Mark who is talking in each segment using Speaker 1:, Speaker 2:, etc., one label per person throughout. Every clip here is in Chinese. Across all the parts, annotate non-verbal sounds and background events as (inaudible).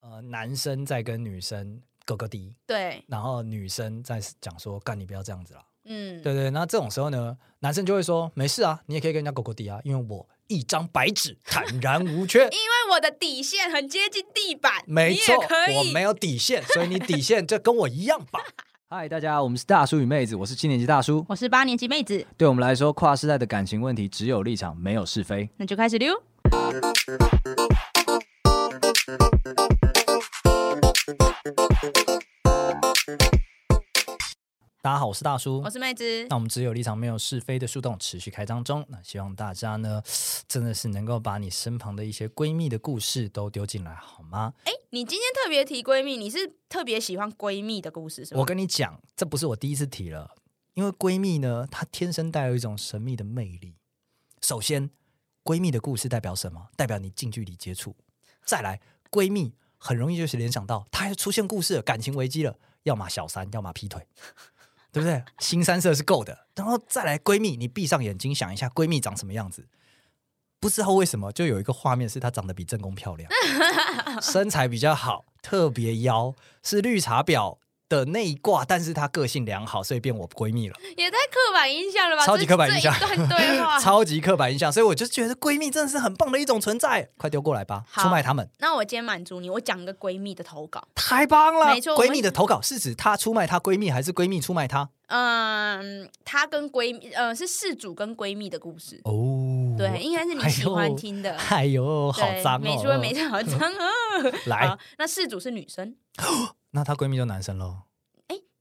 Speaker 1: 呃男生在跟女生哥哥弟，
Speaker 2: 对，
Speaker 1: 然后女生在讲说干你不要这样子啦，
Speaker 2: 嗯，。
Speaker 1: 对对，那这种时候呢，男生就会说没事啊，你也可以跟人家狗狗弟啊，因为我一张白纸，坦然无缺
Speaker 3: (laughs)
Speaker 2: 因为我的底线很接近地板，
Speaker 1: 没
Speaker 2: 你也
Speaker 1: 错
Speaker 2: 可，
Speaker 1: 我
Speaker 2: 以
Speaker 1: 没有底线，所以你底线就跟我一样吧。
Speaker 3: (laughs) 嗨，大家，我们是大叔与妹子，我是七年级大叔。
Speaker 2: 我是八年级妹子，
Speaker 3: 对我们来说，跨世代的感情问题只有立场，没有是非。
Speaker 2: 那就开始溜。
Speaker 1: 大家好，我是大叔
Speaker 2: 我。是妹子
Speaker 1: 那，我们只有立场，没有是非的树洞持续开张中。那希望大家呢，真的是能够把你身旁的一些闺蜜的故事都丢进来，好吗？
Speaker 2: 哎、你今天特别提闺蜜，你是特别喜欢闺蜜的故事是吗？
Speaker 1: 我跟你讲，这不是我第一次提了，因为闺蜜呢，她天生带有一种神秘的魅力。首先，闺蜜的故事代表什么？代表你近距离接触。再来，闺蜜很容易就是联想到她出现故事了，感情危机了，要么小三，要么劈腿， (laughs) 对不对？新三色是够的。然后再来，闺蜜，你闭上眼睛想一下，闺蜜长什么样子？不知道为什么，就有一个画面是她长得比正宫漂亮。
Speaker 2: (laughs)
Speaker 1: 身材比较好，特别妖，是绿茶婊的那一挂，但是她个性良好，所以变我闺
Speaker 2: (laughs)
Speaker 1: 蜜了，
Speaker 2: 也太刻板印象了吧？
Speaker 1: 超级
Speaker 2: 这
Speaker 1: 刻板印象
Speaker 2: 这一段对
Speaker 1: (laughs)
Speaker 2: 话。
Speaker 1: 超级刻板印象。所以我就觉得闺蜜真的是很棒的一种存在，快丢过来吧，
Speaker 2: 好
Speaker 1: 出卖他们，
Speaker 2: 那我今天满足你，我讲个闺蜜的投稿。
Speaker 1: 太棒了！
Speaker 2: 没错我
Speaker 1: 闺
Speaker 2: 们
Speaker 1: 蜜的投稿是指她出卖她闺蜜，还是闺蜜出卖她？
Speaker 2: 嗯，她跟闺蜜，呃，是事主跟闺蜜的故事。
Speaker 1: 哦，
Speaker 2: 对，，应该是你喜欢听的。
Speaker 1: 哎呦，好
Speaker 2: 对
Speaker 1: 脏哦！
Speaker 2: 没错，没错，好脏哦。
Speaker 1: (laughs) 来
Speaker 2: 好，那事主是女生。
Speaker 1: 那她闺蜜就男生喽。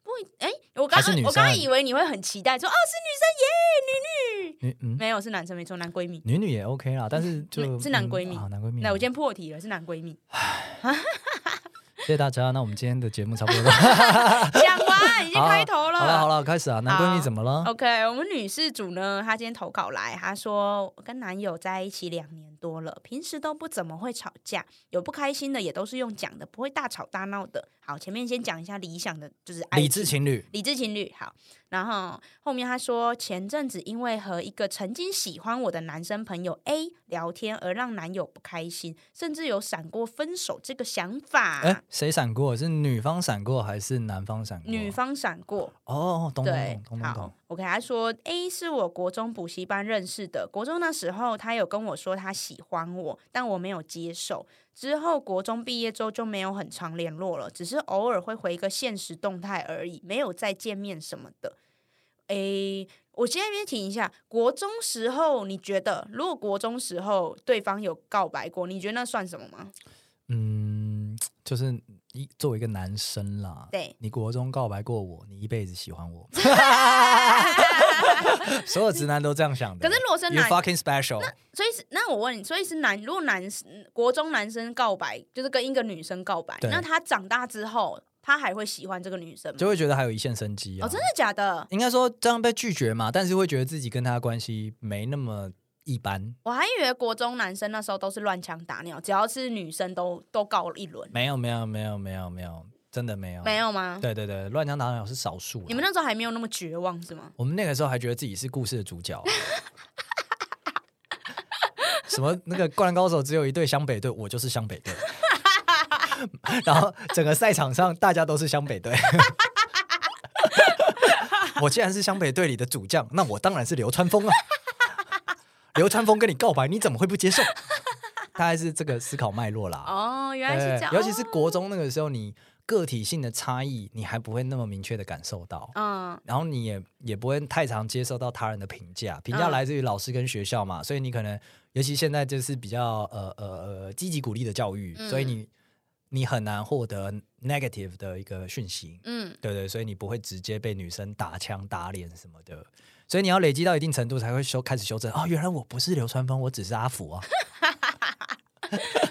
Speaker 2: 不，哎、我刚
Speaker 1: 还是
Speaker 2: 刚
Speaker 1: 女生
Speaker 2: 我刚刚以为你会很期待说，哦，是女生耶，女
Speaker 1: 女嗯
Speaker 2: 女。，没有，是男生，没错，男闺蜜。
Speaker 1: 女女也 OK 啦，但是就是
Speaker 2: 是男闺蜜
Speaker 1: 嗯啊，男闺蜜。
Speaker 2: 那我今天破题了，是男
Speaker 1: (laughs)
Speaker 2: 闺蜜。
Speaker 1: 谢谢大家，那我们今天的节目差不多到这。
Speaker 2: 讲完已经开头
Speaker 1: (laughs)
Speaker 2: 了。
Speaker 1: 好了好了，开始啊！男闺蜜
Speaker 2: 好
Speaker 1: 怎么了？
Speaker 2: OK，我们女事主呢，她今天投稿来，她说我跟男友在一起两年多了，平时都不怎么会吵架，有不开心的也都是用讲的，不会大吵大闹的。好，前面先讲一下理想的，就是爱
Speaker 1: 理
Speaker 2: 情
Speaker 1: 智情侣，
Speaker 2: 理智情侣好，然后后面他说，前阵子因为和一个曾经喜欢我的男生朋友 A 聊天，而让男友不开心，甚至有闪过分手这个想法。
Speaker 1: 哎，谁闪过？是女方闪过还是男方闪过？啊
Speaker 2: 女方闪过，
Speaker 1: 哦，懂懂
Speaker 2: 对
Speaker 1: 懂，懂懂
Speaker 2: 好
Speaker 1: 懂。，
Speaker 2: 我给他说，A 是我国中补习班认识的。国中那时候，他有跟我说他喜欢我，但我没有接受。之后国中毕业之后就没有很常联络了，只是偶尔会回一个现实动态而已，没有再见面什么的。诶，我先在那边停一下。国中时候，你觉得如果国中时候对方有告白过，你觉得那算什么吗？
Speaker 1: 嗯，就是一作为一个男生啦，
Speaker 2: 对
Speaker 1: 你国中告白过我，你一辈子喜欢
Speaker 2: (laughs)
Speaker 1: 我。 (laughs) 所有直男都这样想的。
Speaker 2: 可是如果是
Speaker 1: you
Speaker 2: 男，
Speaker 1: fucking special，
Speaker 2: 所以是那我问你，所以是男，如果男生国中男生告白，就是跟一个女生告白，
Speaker 1: 对
Speaker 2: 那他长大之后，他还会喜欢这个女生吗？
Speaker 1: 就会觉得还有一线生机啊。
Speaker 2: 哦，真的假的？
Speaker 1: 应该说这样被拒绝嘛，但是会觉得自己跟他的关系没那么一般。
Speaker 2: 我还以为国中男生那时候都是乱枪打鸟，只要是女生都都告一轮，
Speaker 1: 没有没有没有没有没有，真的没有
Speaker 2: 没。有吗？
Speaker 1: 啊对对啊对，乱枪打鸟是少数啦。
Speaker 2: 你们那时候还没有那么绝望是吗？
Speaker 1: 我们那个时候还觉得自己是故事的主角、啊什么那个《灌篮高手》只有一队湘北队，我就是湘北队，然后整个赛场上大家都是湘北队。我既然是湘北队里的主将，那我当然是流川枫啊！流川枫跟你告白，你怎么会不接受？大概是这个思考脉络啦。
Speaker 2: 哦，原来
Speaker 1: 对，
Speaker 2: 是这样，
Speaker 1: 尤其是
Speaker 2: 哦
Speaker 1: 国中那个时候，你个体性的差异，你还不会那么明确的感受到。
Speaker 2: 嗯
Speaker 1: 然后你也也不会太常接受到他人的评价，评价
Speaker 2: 嗯
Speaker 1: 来自于老师跟学校嘛，所以你可能，尤其现在就是比较呃呃呃积极鼓励的教育，
Speaker 2: 嗯
Speaker 1: 所以你你很难获得 negative 的一个讯息，
Speaker 2: 嗯，
Speaker 1: 对对，所以你不会直接被女生打枪打脸什么的，所以你要累积到一定程度才会修开始修正哦，原来我不是流川枫，我只是阿
Speaker 2: (laughs)
Speaker 1: 福啊，
Speaker 2: 嗯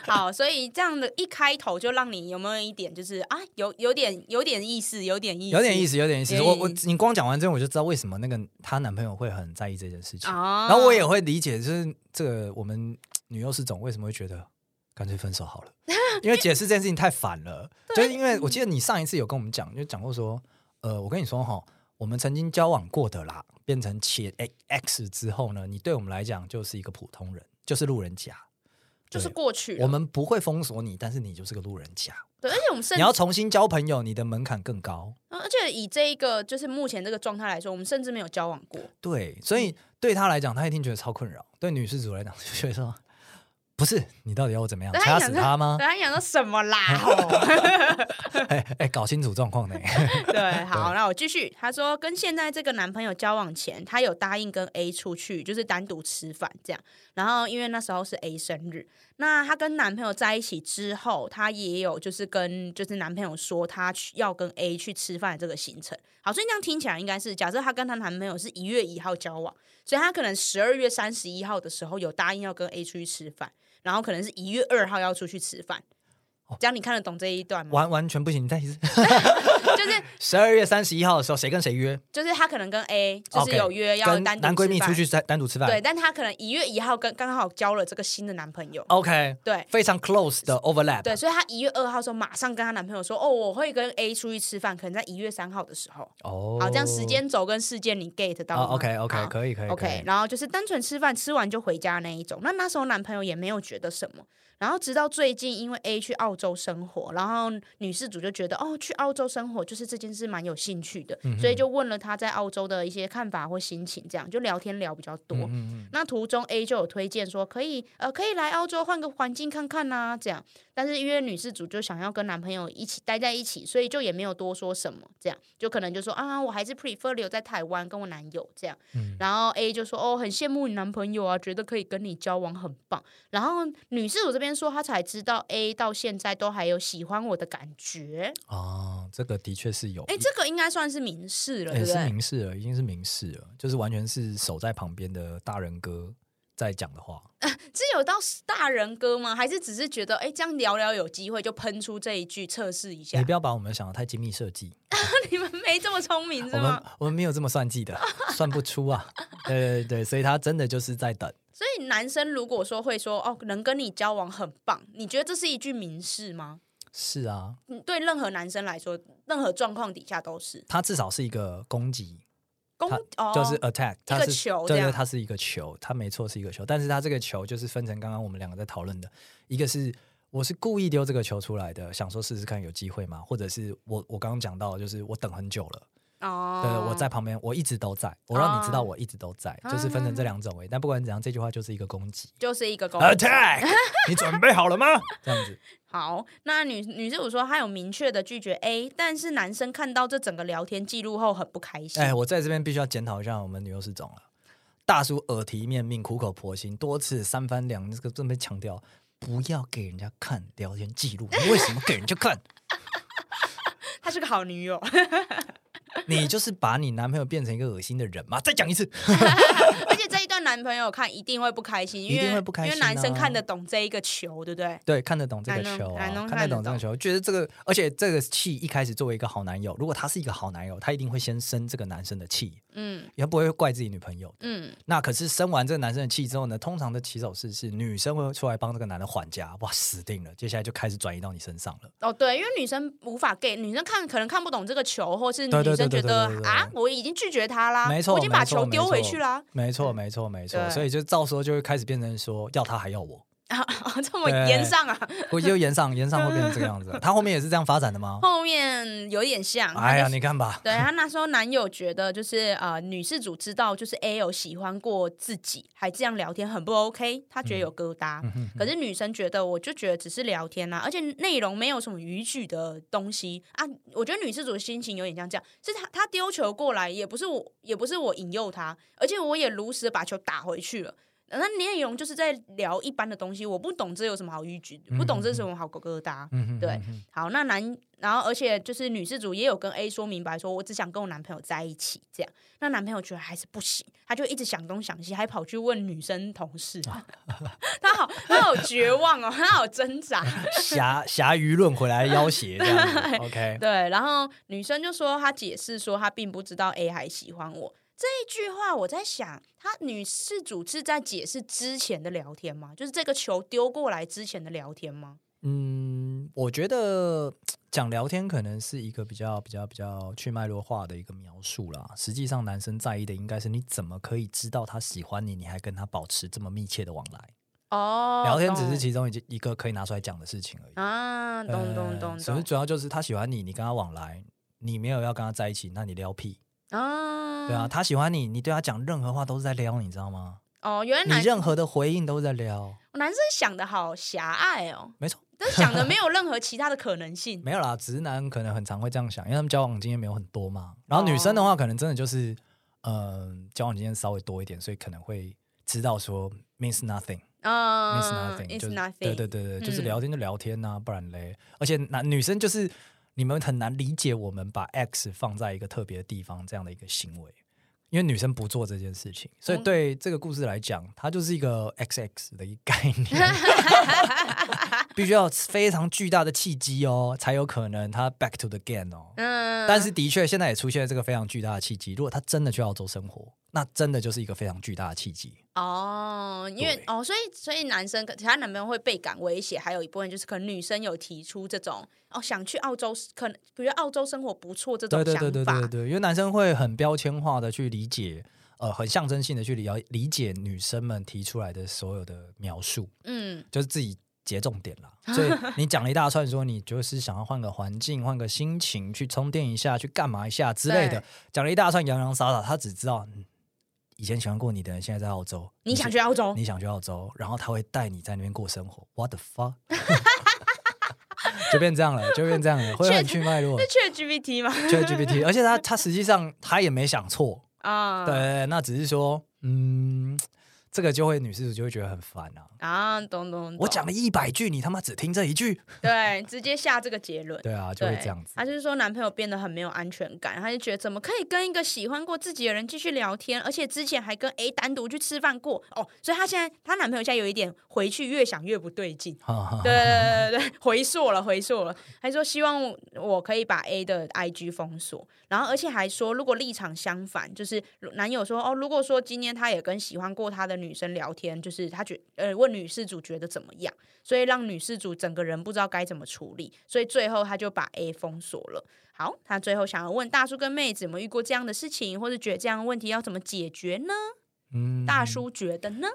Speaker 2: 好，所以这样的一开头就让你有没有一点就是啊，有有点有点意思，有点意思，
Speaker 1: 有点意思，有点意思，
Speaker 2: 有
Speaker 1: 我
Speaker 2: 点
Speaker 1: 我
Speaker 2: 意思
Speaker 1: 你光讲完之后我就知道为什么那个她男朋友会很在意这件事情。
Speaker 2: 哦。
Speaker 1: 然后我也会理解，就是这个我们女优是总为什么会觉得干脆分手
Speaker 2: (laughs)
Speaker 1: 好了，因为解释这件事情太烦了。就是因为我记得你上一次有跟我们讲，就讲过说，呃，我跟你说哈，我们曾经交往过的啦，变成且 X 之后呢，你对我们来讲就是一个普通人，就是路人甲，
Speaker 2: 就是
Speaker 1: 对
Speaker 2: 过去了，
Speaker 1: 我们不会封锁你，但是你就是个路人甲。
Speaker 2: 对，而且我们甚
Speaker 1: 你要重新交朋友，你的门槛更高。
Speaker 2: 嗯而且以这一个就是目前这个状态来说，我们甚至没有交往过。
Speaker 1: 对，所
Speaker 2: 嗯
Speaker 1: 以对他来讲，他一定觉得超困扰；对女施主来讲，就觉得说， (laughs) 不是你到底要我怎么样，
Speaker 2: 对
Speaker 1: 掐
Speaker 2: 他
Speaker 1: 死
Speaker 2: 想
Speaker 1: 他吗
Speaker 2: 对？他想说什么啦？哦
Speaker 1: (laughs) 哎哎，搞清楚状况呢。 (laughs)
Speaker 2: 对，好，那我继续。他说，跟现在这个男朋友交往前，他有答应跟 A 出去，就是单独吃饭这样。然后因为那时候是 A 生日，那她跟男朋友在一起之后，她也有就是跟就是男朋友说她去要跟 A 去吃饭的这个行程。好，所以这样听起来应该是，假设她跟她男朋友是一月一号交往，所以她可能十二月三十一号的时候有答应要跟 A 出去吃饭，然后可能是一月二号要出去吃饭。这样你看得懂这一段吗？
Speaker 1: 完完全不行，你再一次。
Speaker 2: 就是
Speaker 1: 十二月三十一号的时候，谁跟谁约？
Speaker 2: 就是她可能跟 A 就是
Speaker 1: OK，
Speaker 2: 有约要
Speaker 1: 跟
Speaker 2: 单独
Speaker 1: 男闺蜜
Speaker 2: 吃
Speaker 1: 出
Speaker 2: 饭
Speaker 1: 去单单独吃饭。
Speaker 2: 对，但她可能一月一号跟刚好交了这个新的男朋友，
Speaker 1: ，OK，
Speaker 2: 对
Speaker 1: 非常 close 的 overlap。
Speaker 2: 对，所以她一月二号的时候马上跟她男朋友说，哦，我会跟 A 出去吃饭，可能在一月三号的时候。
Speaker 1: 哦，
Speaker 2: 好，这样时间轴跟事件你 get 到
Speaker 1: 哦
Speaker 2: 吗、
Speaker 1: ，OK OK，
Speaker 2: 好
Speaker 1: 可以可以
Speaker 2: OK，
Speaker 1: 可以
Speaker 2: 然后就是单纯吃饭，吃完就回家那一种。那那时候男朋友也没有觉得什么。然后直到最近，因为 A 去澳洲生活，然后女事主就觉得哦，去澳洲生活就是这件事蛮有兴趣的，
Speaker 1: 嗯
Speaker 2: 所以就问了他在澳洲的一些看法或心情，这样就聊天聊比较多。
Speaker 1: 嗯
Speaker 2: 那途中 A 就有推荐说可以呃可以来澳洲换个环境看看呐、这样。但是因为女事主就想要跟男朋友一起待在一起，所以就也没有多说什么，这样就可能就说啊，我还是 prefer 留在台湾跟我男友这样。然后 A 就说哦，很羡慕你男朋友啊，觉得可以跟你交往很棒。然后女事主这边说，她才知道 A 到现在都还有喜欢我的感觉。
Speaker 1: 哦，这个的确是有。
Speaker 2: 哎，这个应该算是明示了，对
Speaker 1: 也
Speaker 2: 不
Speaker 1: 是
Speaker 2: 对？
Speaker 1: 明示了，已经是明示了，就是完全是守在旁边的大人哥在讲的话。
Speaker 2: 这有到大人哥吗？还是只是觉得哎，这样聊聊有机会就喷出这一句测试一下
Speaker 1: 你？哎不要把我们想的太精密设计，
Speaker 2: (laughs) 你们没这么聪明是
Speaker 1: 我
Speaker 2: 吗
Speaker 1: 们？我们没有这么算计
Speaker 2: (laughs)
Speaker 1: 的，算不出啊。对对对，所以他真的就是在等。
Speaker 2: 所以男生如果说会说哦，能跟你交往很棒，你觉得这是一句明示吗？
Speaker 1: 是啊，
Speaker 2: 嗯对任何男生来说，任何状况底下都是
Speaker 1: 他至少是一个攻击，
Speaker 2: 攻哦，
Speaker 1: 就是 attack，它是
Speaker 2: 球
Speaker 1: 对
Speaker 2: 这
Speaker 1: 对，
Speaker 2: 样
Speaker 1: 它是一个球，它没错是一个球，但是它这个球就是分成刚刚我们两个在讨论的，一个是我是故意丢这个球出来的，想说试试看有机会吗？或者是我我刚刚讲到，就是我等很久了，
Speaker 2: 哦，
Speaker 1: 对，呃我在旁边，我一直都在，我让你知道我一直都在，
Speaker 2: 哦
Speaker 1: 就是分成这两种诶、但不管怎样，这句话就是一个攻击
Speaker 2: 就是一个
Speaker 1: 呃
Speaker 2: 攻击。
Speaker 1: ，attack，你准备好了吗？这样子，
Speaker 2: 好，那女女事主说她有明确的拒绝 A，但是男生看到这整个聊天记录后很不开心。
Speaker 1: 哎，我在这边必须要检讨一下我们女优势总了。大叔耳提面命，苦口婆心，多次三番两这个这么强调，不要给人家看聊天记录。你为什么给人家看？ (laughs)
Speaker 2: 她是个好女友，
Speaker 1: 你就是把你男朋友变成一个恶心的人嘛？再讲一次，
Speaker 2: (laughs) 而且这一段男朋友看一定会不开心，因为
Speaker 1: 一定会不开心啊
Speaker 2: 因为男生看得懂这一个球，对不对？
Speaker 1: 对，看得懂这个
Speaker 2: 男
Speaker 1: 球、
Speaker 2: 农
Speaker 1: 啊
Speaker 2: 男，农
Speaker 1: 看
Speaker 2: 看
Speaker 1: 得
Speaker 2: 得
Speaker 1: 懂这个
Speaker 2: 懂
Speaker 1: 球，觉得这个，而且这个气一开始作为一个好男友，如果他是一个好男友，他一定会先生这个男生的气，
Speaker 2: 嗯
Speaker 1: 也不会怪自己女朋友。
Speaker 2: 嗯，
Speaker 1: 那可是生完这个男生的气之后呢，通常的起手式是女生会出来帮这个男的还价，哇，死定了，接下来就开始转移到你身上了。
Speaker 2: 哦对，因为女生无法 get，女生看可能看不懂这个球，或是女
Speaker 1: 对对
Speaker 2: 生
Speaker 1: 对
Speaker 2: 觉
Speaker 1: 对
Speaker 2: 得
Speaker 1: 对对对
Speaker 2: 啊，我已经拒绝他啦，
Speaker 1: 没错
Speaker 2: 啊我已经把
Speaker 1: 没错
Speaker 2: 球丢
Speaker 1: 没
Speaker 2: 回
Speaker 1: 错
Speaker 2: 去啦，
Speaker 1: 没错，没错，没错，
Speaker 2: 对
Speaker 1: 所以就到时候就会开始变成说要他还要我，
Speaker 2: 这么
Speaker 1: 对
Speaker 2: 严上啊。
Speaker 1: 我就延上延上会变成这个样
Speaker 2: (laughs)
Speaker 1: 子。他后面也是这样发展的吗？
Speaker 2: 后面有点像，她
Speaker 1: 哎
Speaker 2: 就
Speaker 1: 呀，你看吧，
Speaker 2: 对她那时候男友觉得就是呃，女事主知道就是 A 有喜欢过自己，还这样聊天很不 OK，她觉得有疙瘩。可是女生觉得，我就觉得只是聊天啊啦、而且内容没有什么逾矩的东西啊。我觉得女事主的心情有点像这样，是她她丢球过来，也不是我，也不是我引诱她，而且我也如实地把球打回去了。那内容就是在聊一般的东西，我不懂这有什么好逾矩，不懂这有什么好疙瘩。
Speaker 1: 嗯哼，
Speaker 2: 对
Speaker 1: 嗯哼，
Speaker 2: 好，那男，然后而且就是女事主也有跟 A 说明白，说我只想跟我男朋友在一起这样。那男朋友觉得还是不行，他就一直想东想西，还跑去问女生同事， (laughs) 他好他好绝望哦，他好挣扎。
Speaker 1: 侠侠舆论回来要挟这样子，OK，
Speaker 2: (laughs) 对，然后女生就说她解释说她并不知道 A 还喜欢我这一句话，我在想，她女事主是在解释之前的聊天吗？就是这个球丢过来之前的聊天吗？
Speaker 1: 嗯，我觉得讲聊天可能是一个比较比较比较去脉络化的一个描述啦。实际上，男生在意的应该是你怎么可以知道他喜欢你，你还跟他保持这么密切的往来。
Speaker 2: 哦，
Speaker 1: 聊天只是
Speaker 2: 懂
Speaker 1: 其中一一个可以拿出来讲的事情而已。
Speaker 2: 啊，懂
Speaker 1: 呃
Speaker 2: 懂懂
Speaker 1: 只是
Speaker 2: 懂
Speaker 1: 主要就是他喜欢你，你跟他往来，你没有要跟他在一起，那你撩屁，
Speaker 2: 啊，
Speaker 1: 对啊，，他喜欢你，你对他讲任何话都是在撩，你知道吗？
Speaker 2: 哦，原来
Speaker 1: 你
Speaker 2: 男
Speaker 1: 任何的回应都是在撩，
Speaker 2: 男生想的好狭隘哦，
Speaker 1: 没错，
Speaker 2: 但想的没有任何其他的可能性。
Speaker 1: 没有啦，直男可能很常会这样想，因为他们交往经验没有很多嘛。然后女生的话，可能真的就是，嗯、交往经验稍微多一点，所以可能会知道说 means nothing。
Speaker 2: 嗯
Speaker 1: means nothing，就是对对对对，就是
Speaker 2: 嗯
Speaker 1: 聊天就聊天呐、不然嘞。而且男女生就是你们很难理解我们把 X 放在一个特别的地方这样的一个行为，因为女生不做这件事情，所以
Speaker 2: 嗯
Speaker 1: 对这个故事来讲，它就是一个 XX 的一个概
Speaker 2: (laughs)
Speaker 1: 念，必须要有非常巨大的契机哦，才有可能他 back to the game 哦。
Speaker 2: 嗯，
Speaker 1: 但是的确，现在也出现了这个非常巨大的契机。如果他真的去澳洲生活，那真的就是一个非常巨大的契机。
Speaker 2: 哦，因为
Speaker 1: 对
Speaker 2: 哦，所以所以男生可其他男朋友会倍感威胁，还有一部分就是可能女生有提出这种哦，想去澳洲，可能觉得澳洲生活不错这种
Speaker 1: 对对
Speaker 2: 想法。
Speaker 1: 对对对对，因为男生会很标签化的去理解，呃，很象征性的去了理解女生们提出来的所有的描述，
Speaker 2: 嗯
Speaker 1: 就是自己截重点
Speaker 2: (laughs)
Speaker 1: 啦。所以你讲了一大串，说你就是想要换个环境、换个心情，去充电一下，去干嘛一下之类的
Speaker 2: 对，
Speaker 1: 讲了一大串洋洋洒洒，他只知道。嗯以前喜欢过你的人，现在在澳洲。
Speaker 2: 你想
Speaker 1: 是
Speaker 2: 去澳洲
Speaker 1: 你想去澳洲，然后他会带你在那边过生活。What the fuck？就变这样了，就变这样了，会很去脉络。
Speaker 2: 是 ChatGPT 吗？ (laughs)
Speaker 1: ChatGPT，而且他他实际上他也没想错，
Speaker 2: 啊，
Speaker 1: 对，那只是说，嗯，这个就会女施主就会觉得很烦啊。
Speaker 2: 啊，懂懂。懂
Speaker 1: 我讲了一百句，你他妈只听这一句，
Speaker 2: 对，直接下这个结论。
Speaker 1: 对啊，就
Speaker 2: 对，
Speaker 1: 会这样子。
Speaker 2: 她就是说男朋友变得很没有安全感，她就觉得怎么可以跟一个喜欢过自己的人继续聊天，而且之前还跟 A 单独去吃饭过哦，所以她现在她男朋友现在有一点回去越想越不对劲。
Speaker 1: 哈哈，
Speaker 2: 对对对对对，回溯了回溯了，还说希望我可以把 A 的 IG 封锁，然后而且还说如果立场相反，就是男友说哦，如果说今天他也跟喜欢过他的女生聊天，就是他觉呃问女事主觉得怎么样，所以让女事主整个人不知道该怎么处理，所以最后他就把 A 封锁了。好，他最后想要问大叔跟妹子有没有遇过这样的事情，或者觉得这样的问题要怎么解决呢？
Speaker 1: 嗯
Speaker 2: 大叔觉得呢？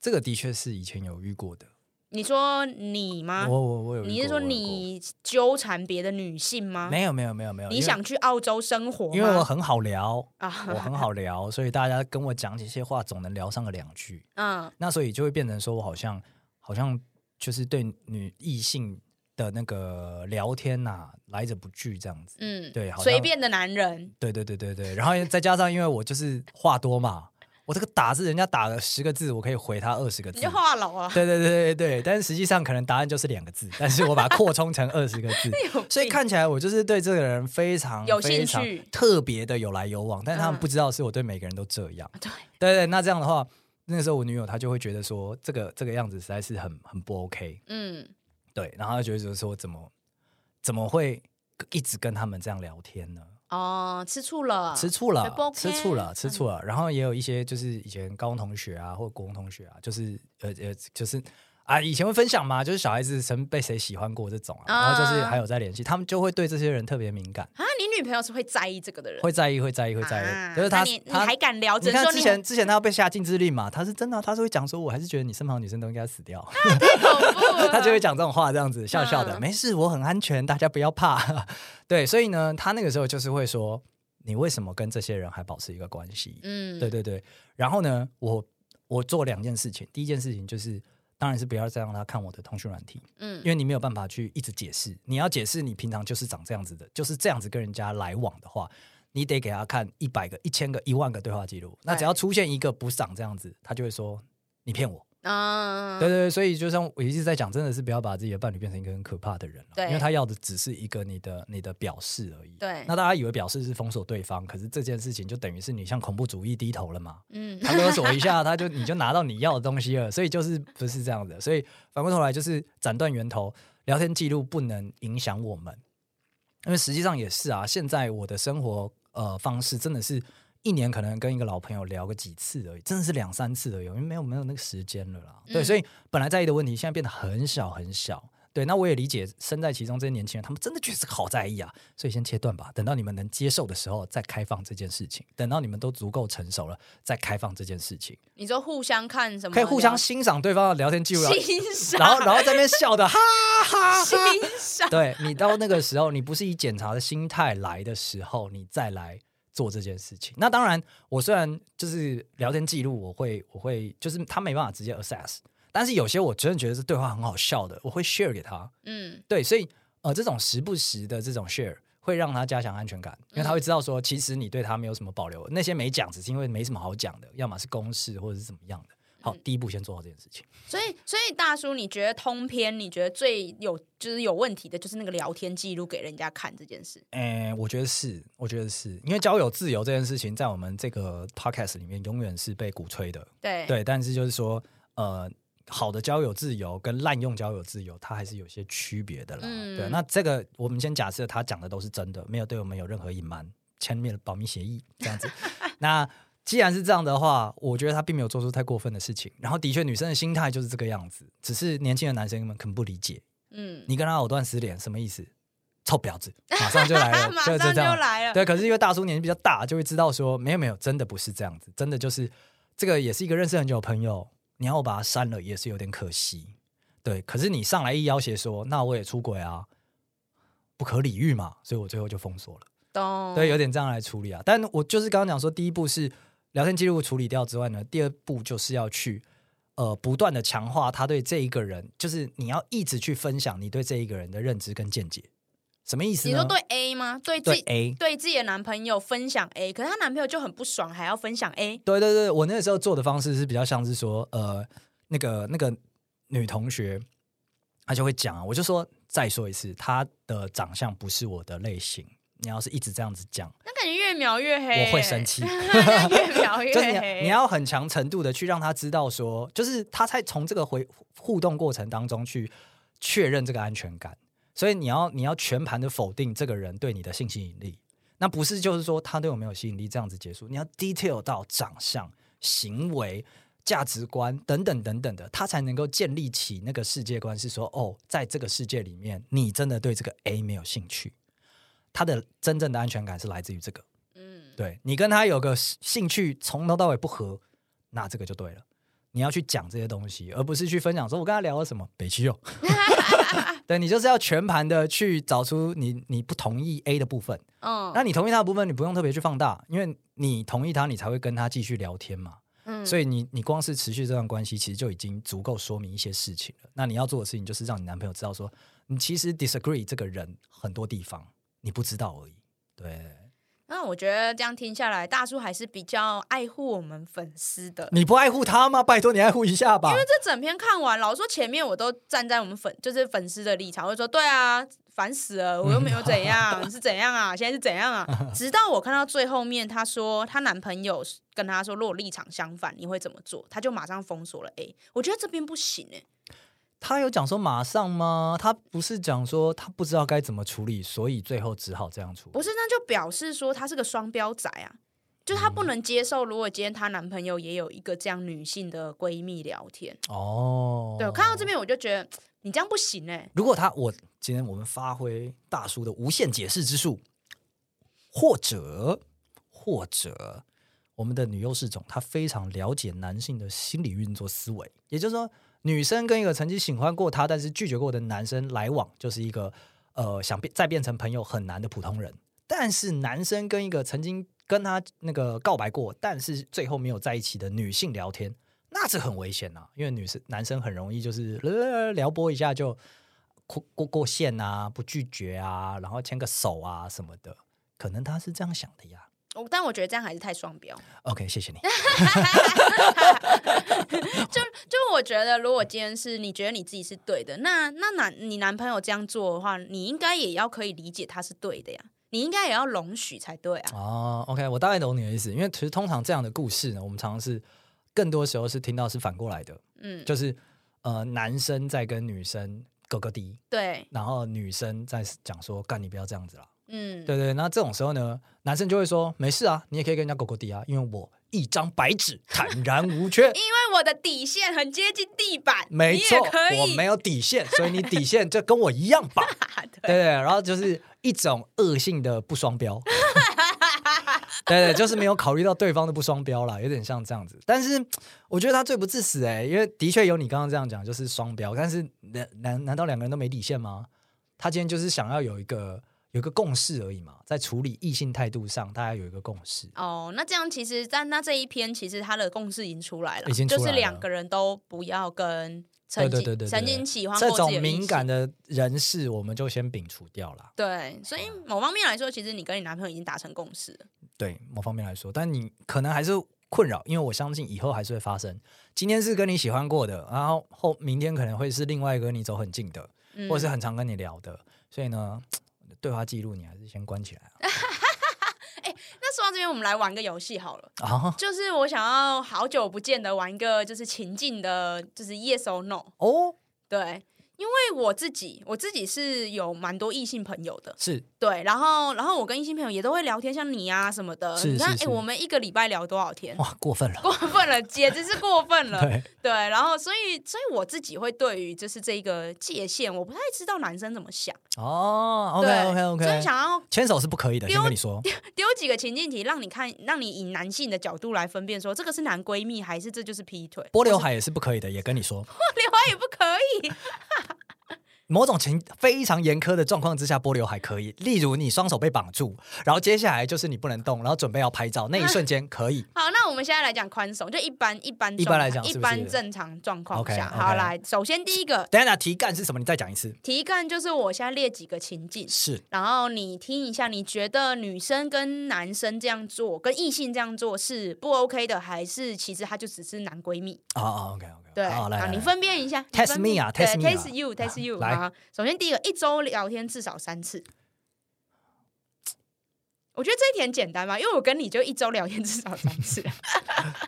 Speaker 1: 这个的确是以前有遇过的，
Speaker 2: 你说你吗？
Speaker 1: 我我我有遇过，
Speaker 2: 啊你是说
Speaker 1: 我有过
Speaker 2: 你纠缠别的女性吗？
Speaker 1: 没有没有没有没有，
Speaker 2: 你
Speaker 1: 因为
Speaker 2: 想去澳洲生活吗？
Speaker 1: 因为我很好聊，我
Speaker 2: 啊，
Speaker 1: 很好聊，所以大家跟我讲这些话，总能聊上个两句。
Speaker 2: 嗯
Speaker 1: 那所以就会变成说我好像好像就是对女异性的那个聊天呐、来者不拒这样子。
Speaker 2: 嗯，
Speaker 1: 对好像
Speaker 2: 随便的男人，
Speaker 1: 对对对对对，然后再加上因为我就是话多嘛，我这个打字人家打了十个字，我可以回他二十个
Speaker 2: 你
Speaker 1: 字
Speaker 2: 就。话痨啊，，
Speaker 1: 对对对对对，但是实际上可能答案就是两个字，但是我把它扩充成二十个字
Speaker 2: 有
Speaker 1: 所以
Speaker 2: 病
Speaker 1: 看起来我就是对这个人非常
Speaker 2: 有兴
Speaker 1: 非常
Speaker 2: 趣
Speaker 1: 特别的有来有往，但是他们
Speaker 2: 嗯啊
Speaker 1: 不知道是我对每个人都这样。
Speaker 2: 对，
Speaker 1: 对对，那这样的话，那个时候我女友她就会觉得说，这个这个样子实在是很很不 OK，
Speaker 2: 嗯
Speaker 1: 对，然后她就觉得说，怎么怎么会一直跟他们这样聊天呢？
Speaker 2: 哦，吃醋了，
Speaker 1: 吃醋了，
Speaker 2: 不 OK
Speaker 1: 吃
Speaker 2: 嗯
Speaker 1: 醋了，吃醋了。然后也有一些就是以前高中同学啊，或国中同学啊，就是呃呃，就是啊，以前会分享嘛，就是小孩子曾被谁喜欢过这种啊，然后就是还有在联系，他们就会对这些人特别敏感，
Speaker 2: 啊，你女朋友是会在意这个的人，
Speaker 1: 会在意，会在意，会在
Speaker 2: 啊
Speaker 1: 意。就是他
Speaker 2: 那你你
Speaker 1: 他
Speaker 2: 还敢聊，只
Speaker 1: 你看
Speaker 2: 能说
Speaker 1: 之
Speaker 2: 你
Speaker 1: 前之前他要被下禁止令嘛，他是真的啊，他是会讲说，我还是觉得你身旁的女生都应该死掉，
Speaker 2: 很恐
Speaker 1: (laughs)
Speaker 2: 怖了，
Speaker 1: 他就会讲这种话，这样子笑笑的，
Speaker 2: 啊嗯
Speaker 1: 没事，我很安全，大家不要怕。 (laughs) 对，所以呢，他那个时候就是会说，你为什么跟这些人还保持一个关系？
Speaker 2: 嗯，
Speaker 1: 对对对。然后呢，我我做两件事情，第一件事情就是。当然是不要再让他看我的通讯软体，
Speaker 2: 嗯
Speaker 1: 因为你没有办法去一直解释。你要解释你平常就是长这样子的，就是这样子跟人家来往的话，你得给他看一百个、一千个、一万个对话记录。那只要出现一个不是长这样子，他就会说你骗我。
Speaker 2: 啊，
Speaker 1: 对对对，所以就像我一直在讲，真的是不要把自己的伴侣变成一个很可怕的人了，
Speaker 2: 对
Speaker 1: 因为他要的只是一个你的你的表示而已。
Speaker 2: 对
Speaker 1: 那大家以为表示是封锁对方，可是这件事情就等于是你向恐怖主义低头了嘛？
Speaker 2: (laughs) 嗯
Speaker 1: 他勒索一下，他就你就拿到你要的东西了，所以就是不是这样的。所以反过头来就是斩断源头，聊天记录不能影响我们，因为实际上也是啊，现在我的生活呃方式真的是。一年可能跟一个老朋友聊个几次而已，真的是两三次而已，因为没有没有那个时间了啦。对，
Speaker 2: 嗯
Speaker 1: 所以本来在意的问题，现在变得很小很小。对，那我也理解身在其中这些年轻人，他们真的确实好在意啊，所以先切断吧，等到你们能接受的时候再开放这件事情，等到你们都足够成熟了再开放这件事情，
Speaker 2: 你就互相看什么，
Speaker 1: 可以互相欣赏对方的聊天记录，然后
Speaker 2: 欣赏，
Speaker 1: 然后然后在那边笑的哈
Speaker 2: (laughs)
Speaker 1: 哈哈
Speaker 2: 欣。赏，
Speaker 1: 对你到那个时候，你不是以检查的心态来的时候，你再来做这件事情。那当然，我虽然就是聊天记录，我会我会就是他没办法直接 assess，但是有些我真的觉得这对话很好笑的，我会 share 给他。
Speaker 2: 嗯，
Speaker 1: 对，所以呃，这种时不时的这种 share 会让他加强安全感，因为他会知道说，其实你对他没有什么保留，那些没讲只是因为没什么好讲的，要么是公事或者是怎么样的。好，第一步先做好这件事情。
Speaker 2: 所以所以大叔，你觉得通篇你觉得最有就是有问题的，就是那个聊天记录给人家看这件事，
Speaker 1: 诶、我觉得是，我觉得是因为交友自由这件事情，在我们这个 podcast 里面永远是被鼓吹的。
Speaker 2: 对
Speaker 1: 对，但是就是说，呃，好的交友自由跟滥用交友自由，它还是有些区别的啦。
Speaker 2: 嗯
Speaker 1: 对，那这个我们先假设他讲的都是真的，没有对我们有任何隐瞒，签订了保密协议这样
Speaker 2: (laughs)
Speaker 1: 子。那既然是这样的话，我觉得他并没有做出太过分的事情。然后，的确，女生的心态就是这个样子，只是年轻的男生们可能不理解，
Speaker 2: 嗯，
Speaker 1: 你跟他藕断丝连什么意思？臭婊子，马上就来
Speaker 2: 啊
Speaker 1: 了，
Speaker 2: (laughs) 马
Speaker 1: 就
Speaker 2: 上
Speaker 1: 是哎这
Speaker 2: 就
Speaker 1: 样。
Speaker 2: 来了，
Speaker 1: 对，可是因为大叔年纪比较大，就会知道说，没有没有，真的不是这样子，真的就是这个也是一个认识很久的朋友，你要我把他删了也是有点可惜。对，可是你上来一要挟说，那我也出轨啊，不可理喻嘛，所以我最后就封锁了。
Speaker 2: 懂，
Speaker 1: 对，有点这样来处理啊。但我就是刚刚讲说，第一步是聊天记录处理掉之外呢，第二步就是要去呃不断的强化他对这一个人，就是你要一直去分享你对这一个人的认知跟见解。什么意思
Speaker 2: 你
Speaker 1: 呢？
Speaker 2: 说对 A 吗？对自
Speaker 1: 对
Speaker 2: 己
Speaker 1: A，
Speaker 2: 对自己的男朋友分享 A，可是她男朋友就很不爽，还要分享 A，
Speaker 1: 对对对，我那个时候做的方式是比较像是说，呃，那个那个女同学，她就会讲啊，我就说再说一次，她的长相不是我的类型。你要是一直这样子讲，
Speaker 2: 那感觉越描越黑、
Speaker 1: 我会生
Speaker 2: (laughs)
Speaker 1: 气
Speaker 2: 越
Speaker 1: (laughs)
Speaker 2: 描越
Speaker 1: 就是你
Speaker 2: 黑。
Speaker 1: 你要很强程度的去让他知道说，就是他在从这个回互动过程当中去确认这个安全感，所以你要你要全盘的否定这个人对你的性吸引力，那不是就是说他对我没有吸引力这样子结束，你要 detail 到长相、行为。价值观等等等等的，他才能够建立起那个世界观，是说哦，在这个世界里面，你真的对这个 A 没有兴趣，他的真正的安全感是来自于这个。
Speaker 2: 嗯，
Speaker 1: 对你跟他有个兴趣从头到尾不合，那这个就对了。你要去讲这些东西，而不是去分享说我跟他聊了什么北七哦。 (laughs) 对你就是要全盘的去找出你你不同意 A 的部分，
Speaker 2: 嗯，
Speaker 1: 那你同意他的部分，你不用特别去放大，因为你同意他，你才会跟他继续聊天嘛。
Speaker 2: 嗯
Speaker 1: 所以你你光是持续这段关系，其实就已经足够说明一些事情了。那你要做的事情就是让你男朋友知道说，你其实 disagree 这个人很多地方你不知道而已。对
Speaker 2: 那我觉得这样听下来，大叔还是比较爱护我们粉丝的。
Speaker 1: 你不爱护他吗？拜托你爱护一下吧。
Speaker 2: 这整篇看完，老实说前面我都站在我们粉就是粉丝的立场，我就说对啊，烦死了，我又没有怎样，是怎样啊，现在是怎样啊？直到我看到最后面，她说她男朋友跟她说，如果立场相反，你会怎么做？她就马上封锁了 A。我觉得这边不行哎、
Speaker 1: 他有讲说马上吗？他不是讲说他不知道该怎么处理，所以最后只好这样处理
Speaker 2: 不。是，那就表示说她是个双标仔啊，就是她不能接受，如果今天她男朋友也有一个这样女性的闺蜜聊天。
Speaker 1: 哦，
Speaker 2: 对我看到这边，我就觉得你这样不行哎、
Speaker 1: 如果他我今天我们发挥大叔的无限解释之术，或者或者我们的女优势种，她非常了解男性的心理运作思维，也就是说，女生跟一个曾经喜欢过她但是拒绝过的男生来往，就是一个呃想变再变成朋友很难的普通人。但是男生跟一个曾经跟他那个告白过，但是最后没有在一起的女性聊天，那是很危险呐、啊因为女生男生很容易就是呃撩拨一下就过过过线啊，不拒绝啊，然后牵个手啊什么的，可能他是这样想的呀。
Speaker 2: 我但我觉得这样还是太双标。
Speaker 1: OK，谢谢你。
Speaker 2: (laughs) 就就我觉得，如果今天是你觉得你自己是对的，那那男你男朋友这样做的话，你应该也要可以理解他是对的呀，你应该也要容许才对啊。
Speaker 1: 哦，OK，我大概懂你的意思，因为其实通常这样的故事呢，我们常常是更多时候是听到是反过来的，
Speaker 2: 嗯，
Speaker 1: 就是呃男生在跟女生哥哥低，
Speaker 2: 对，
Speaker 1: 然后女生在讲说干你不要这样子啦，
Speaker 2: 嗯，
Speaker 1: 对对，那这种时候呢，男生就会说没事啊，你也可以跟人家狗狗迪啊，因为我一张白纸，坦然无
Speaker 2: (laughs)
Speaker 1: 缺。
Speaker 2: 因为我的底线很接近地板，
Speaker 1: 没错
Speaker 2: 你也可，
Speaker 1: 我
Speaker 2: 以
Speaker 1: 没有底线，所以你底线就跟我一样吧。
Speaker 2: 啊
Speaker 1: 对对，然后就是一种恶性的不双
Speaker 2: (laughs)
Speaker 1: 标，对对，就是没有考虑到对方的不双标啦，有点像这样子。但是我觉得他罪不至死哎、因为的确有你刚刚这样讲，就是双标。但是难难难道两个人都没底线吗？他今天就是想要有一个有一个共识而已嘛，在处理异性态度上，大家有一个共识。
Speaker 2: 哦，那这样其实，但那这一篇其实他的共识已经出来了，
Speaker 1: 已经出来
Speaker 2: 就
Speaker 1: 了
Speaker 2: 是两个人都不要跟曾
Speaker 1: 对
Speaker 2: 经
Speaker 1: 对对对对
Speaker 2: 曾经喜欢
Speaker 1: 这
Speaker 2: 过自己
Speaker 1: 种
Speaker 2: 的异
Speaker 1: 敏
Speaker 2: 性
Speaker 1: 感的人士，我们就先摒除掉啦。
Speaker 2: 对，所以某方面来说，其实你跟你男朋友已经达成共识了。
Speaker 1: 对某方面来说，但你可能还是困扰，因为我相信以后还是会发生。今天是跟你喜欢过的，然后后明天可能会是另外一个跟你走很近的，
Speaker 2: 嗯
Speaker 1: 或者是很常跟你聊的，所以呢，对话记录你还是先关起来啊。
Speaker 2: 那说到这边，我们来玩个游戏好了，
Speaker 1: 啊
Speaker 2: 就是我想要好久不见的玩一个就是情境的，就是 yes or no。
Speaker 1: 哦，
Speaker 2: 对，因为我自己我自己是有蛮多异性朋友的，
Speaker 1: 是
Speaker 2: 对，然后然后我跟异性朋友也都会聊天，像你啊什么的。
Speaker 1: 是
Speaker 2: 你看，
Speaker 1: 是
Speaker 2: 哎、
Speaker 1: 是
Speaker 2: 我们一个礼拜聊多少天？
Speaker 1: 哇，过分了，
Speaker 2: 过分了，简直是过分了。
Speaker 1: 对，
Speaker 2: 对，然后所以所以我自己会对于就是这一个界限，我不太知道男生怎么想。
Speaker 1: 哦
Speaker 2: 对
Speaker 1: ，OK OK
Speaker 2: 所以
Speaker 1: OK，
Speaker 2: 想要
Speaker 1: 牵手是不可以的，先跟你说，
Speaker 2: 丢几个情境题，让你看，让你以男性的角度来分辨说，这个是男闺蜜还是这就是劈腿？
Speaker 1: 波刘海也是不可以的，也跟你说，
Speaker 2: 刘海也不可以，
Speaker 1: 某种情非常严苛的状况之下，波刘海可以，例如你双手被绑住，然后接下来就是你不能动，然后准备要拍照那一瞬间可以，
Speaker 2: 好，那我们现在来讲宽松，就一般一般
Speaker 1: 一般
Speaker 2: 状
Speaker 1: 来
Speaker 2: 态
Speaker 1: 讲
Speaker 2: 一
Speaker 1: 是不
Speaker 2: 般
Speaker 1: 是
Speaker 2: 正常状况
Speaker 1: OK，
Speaker 2: 下。
Speaker 1: OK
Speaker 2: 好，来，首先第一个
Speaker 1: 等一下，题干是什么？你再讲一次。
Speaker 2: 题干就是我现在列几个情境，
Speaker 1: 是
Speaker 2: 然后你听一下，你觉得女生跟男生这样做，跟异性这样做是不 OK 的，还是其实他就只是男闺蜜？
Speaker 1: 啊啊，OK OK，
Speaker 2: 对，
Speaker 1: 好来，
Speaker 2: 啊
Speaker 1: 来
Speaker 2: 你
Speaker 1: 来
Speaker 2: 分辨一下
Speaker 1: Test
Speaker 2: 你分辨
Speaker 1: me 啊
Speaker 2: 对
Speaker 1: test me 啊
Speaker 2: test you，test you
Speaker 1: 来
Speaker 2: 啊。首先第一个，一周聊天至少
Speaker 1: (laughs)
Speaker 2: 三次。我觉得这一点简单吧，因为我跟你就一周聊天至少三
Speaker 1: (laughs)
Speaker 2: 次。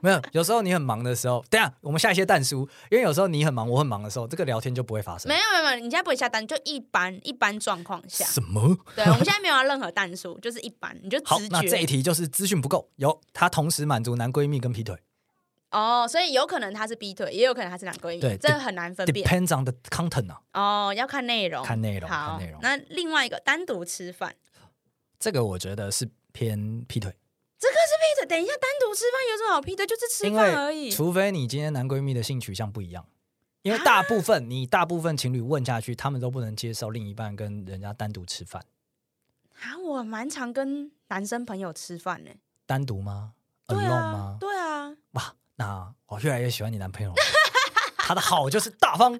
Speaker 1: 没有，有时候你很忙的时候，等一下我们下一些蛋书，因为有时候你很忙，我很忙的时候，这个聊天就不会发生
Speaker 2: 没。有没有没有，你现在不会下单，就一般一般状况
Speaker 1: (laughs)
Speaker 2: 下。
Speaker 1: 什么？
Speaker 2: 对，我们现在没有要任何蛋数，就是一般，你就
Speaker 1: 好
Speaker 2: 直，
Speaker 1: 那这一
Speaker 2: 觉。
Speaker 1: 题就是资讯不够，有它同时满足男闺蜜跟劈腿
Speaker 2: 哦，所以有可能他是劈腿，也有可能他是男闺
Speaker 1: 对
Speaker 2: 蜜，这很难分辨。
Speaker 1: ，depends on the content 啊，
Speaker 2: 哦，要看内容，
Speaker 1: 看内容
Speaker 2: 好，
Speaker 1: 看内容
Speaker 2: 那另外一个单独吃饭，
Speaker 1: 这个我觉得是偏劈腿，
Speaker 2: 劈腿，哎等一下，单独吃饭有什么好劈腿？就是吃
Speaker 1: 因
Speaker 2: 饭而已
Speaker 1: 为。除非你今天男闺蜜的性取向不一样。因为大部分、你大部分情侣问下去，他们都不能接受另一半跟人家单独吃饭，
Speaker 2: 啊，我蛮常跟男生朋友吃饭呢、
Speaker 1: 单独吗
Speaker 2: 对
Speaker 1: ？alone
Speaker 2: 啊
Speaker 1: 吗，？
Speaker 2: 对啊，
Speaker 1: 哇，那我越来越喜欢你男朋友了。他的好就是大方，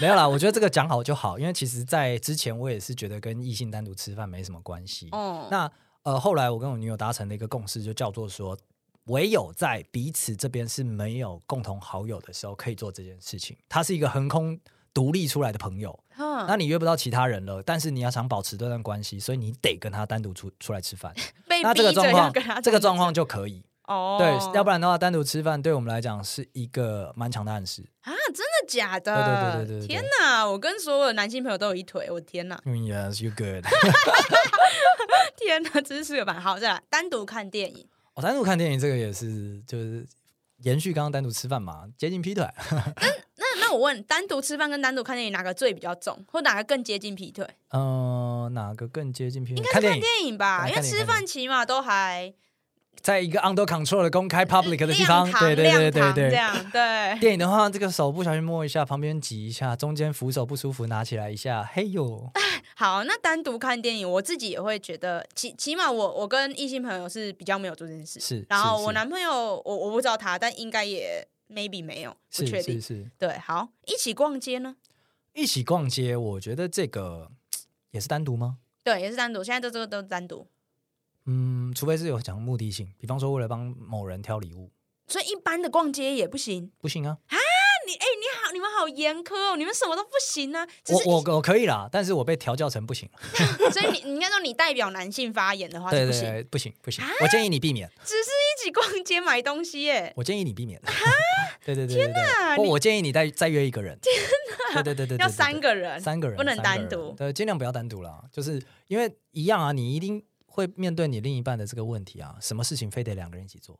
Speaker 1: 没有啦。我觉得这个讲好就好，因为其实，在之前我也是觉得跟异性单独吃饭没什么关系。
Speaker 2: 哦、
Speaker 1: 那呃，后来我跟我女友达成了一个共识，就叫做说，唯有在彼此这边是没有共同好友的时候，可以做这件事情。他是一个横空独立出来的朋友，
Speaker 2: 哼
Speaker 1: 那你约不到其他人了，但是你要想保持这段关系，所以你得跟他单独出出来吃饭。
Speaker 2: 被
Speaker 1: 那这个
Speaker 2: 逼着
Speaker 1: 状
Speaker 2: 要
Speaker 1: 况
Speaker 2: 跟他，
Speaker 1: 这个
Speaker 2: 单独
Speaker 1: 状
Speaker 2: 吃
Speaker 1: 况就可以。
Speaker 2: 哦，
Speaker 1: 对，要不
Speaker 2: 然
Speaker 1: 然的话，单独吃饭对我们来讲是一个蛮强的暗示。
Speaker 2: 啊，真的假的？
Speaker 1: 对对对对对对
Speaker 2: 天哪！我跟所有的男性朋友都有一腿，我的天哪，
Speaker 1: 嗯 Yes, you good 。
Speaker 2: (laughs) 天哪，真是个版。好，再来单独看电影，
Speaker 1: (laughs) 我单独看电影这个也是，就是延续刚刚单独吃饭嘛，接近劈腿。
Speaker 2: 那那我问，单独吃饭跟单独看电影哪个罪比较重，或哪个更接近劈腿？
Speaker 1: 嗯、哪个更接近劈腿？看电影，
Speaker 2: 电影吧，
Speaker 1: 对
Speaker 2: 因为
Speaker 1: 看电影
Speaker 2: 吃饭起码都还
Speaker 1: 在一个 under control 的公开 public 的地
Speaker 2: 亮
Speaker 1: 方，
Speaker 2: 堂
Speaker 1: 对对对
Speaker 2: 亮
Speaker 1: 对
Speaker 2: 堂这
Speaker 1: 对。
Speaker 2: 样对。
Speaker 1: 电影的话，这个手不小心摸一下，旁边挤一下，中间扶手不舒服拿起来一下，嘿
Speaker 2: (laughs)
Speaker 1: 呦，
Speaker 2: 好，那单独看电影，我自己也会觉得，起起码我我跟异性朋友是比较没有做这件事。
Speaker 1: 是
Speaker 2: 然后
Speaker 1: 是
Speaker 2: 我
Speaker 1: 是
Speaker 2: 男朋友，我我不知道他，但应该也 maybe 没有，不
Speaker 1: 是
Speaker 2: 确
Speaker 1: 是
Speaker 2: 定。
Speaker 1: 是，
Speaker 2: 对，好，一起逛街呢？
Speaker 1: 一起逛街，我觉得这个也是单独吗？
Speaker 2: 对，也是单独，现在都这个都单独，
Speaker 1: 嗯，除非是有讲目的性，比方说为了帮某人挑礼物，
Speaker 2: 所以一般的逛街也不行。
Speaker 1: 不行啊。
Speaker 2: 那你哎、你好，你们好严苛哦，你们什么都不行呢、只是
Speaker 1: 我我我可以啦，但是我被调教成不行，
Speaker 2: 所以你你应该说你代表男性发言的话
Speaker 1: 对
Speaker 2: 是啊不
Speaker 1: 对
Speaker 2: 行，啊
Speaker 1: 对，不行不行，我建议你避免，
Speaker 2: 只是一起逛街买东西耶。
Speaker 1: 我建议你避免。 (laughs) 对对对对哦对，
Speaker 2: 啊你
Speaker 1: 我我建议你再再约一
Speaker 2: (laughs)
Speaker 1: 个人。天哪！对对对对，
Speaker 2: 要
Speaker 1: 对
Speaker 2: 三个人，
Speaker 1: 三个人，
Speaker 2: 不能
Speaker 1: 三个
Speaker 2: 单
Speaker 1: 人
Speaker 2: 独
Speaker 1: 对，尽量不要单独啦，就是因为一样啊，你一定会面对你另一半的这个问题啊，什么事情非得两个人一起做？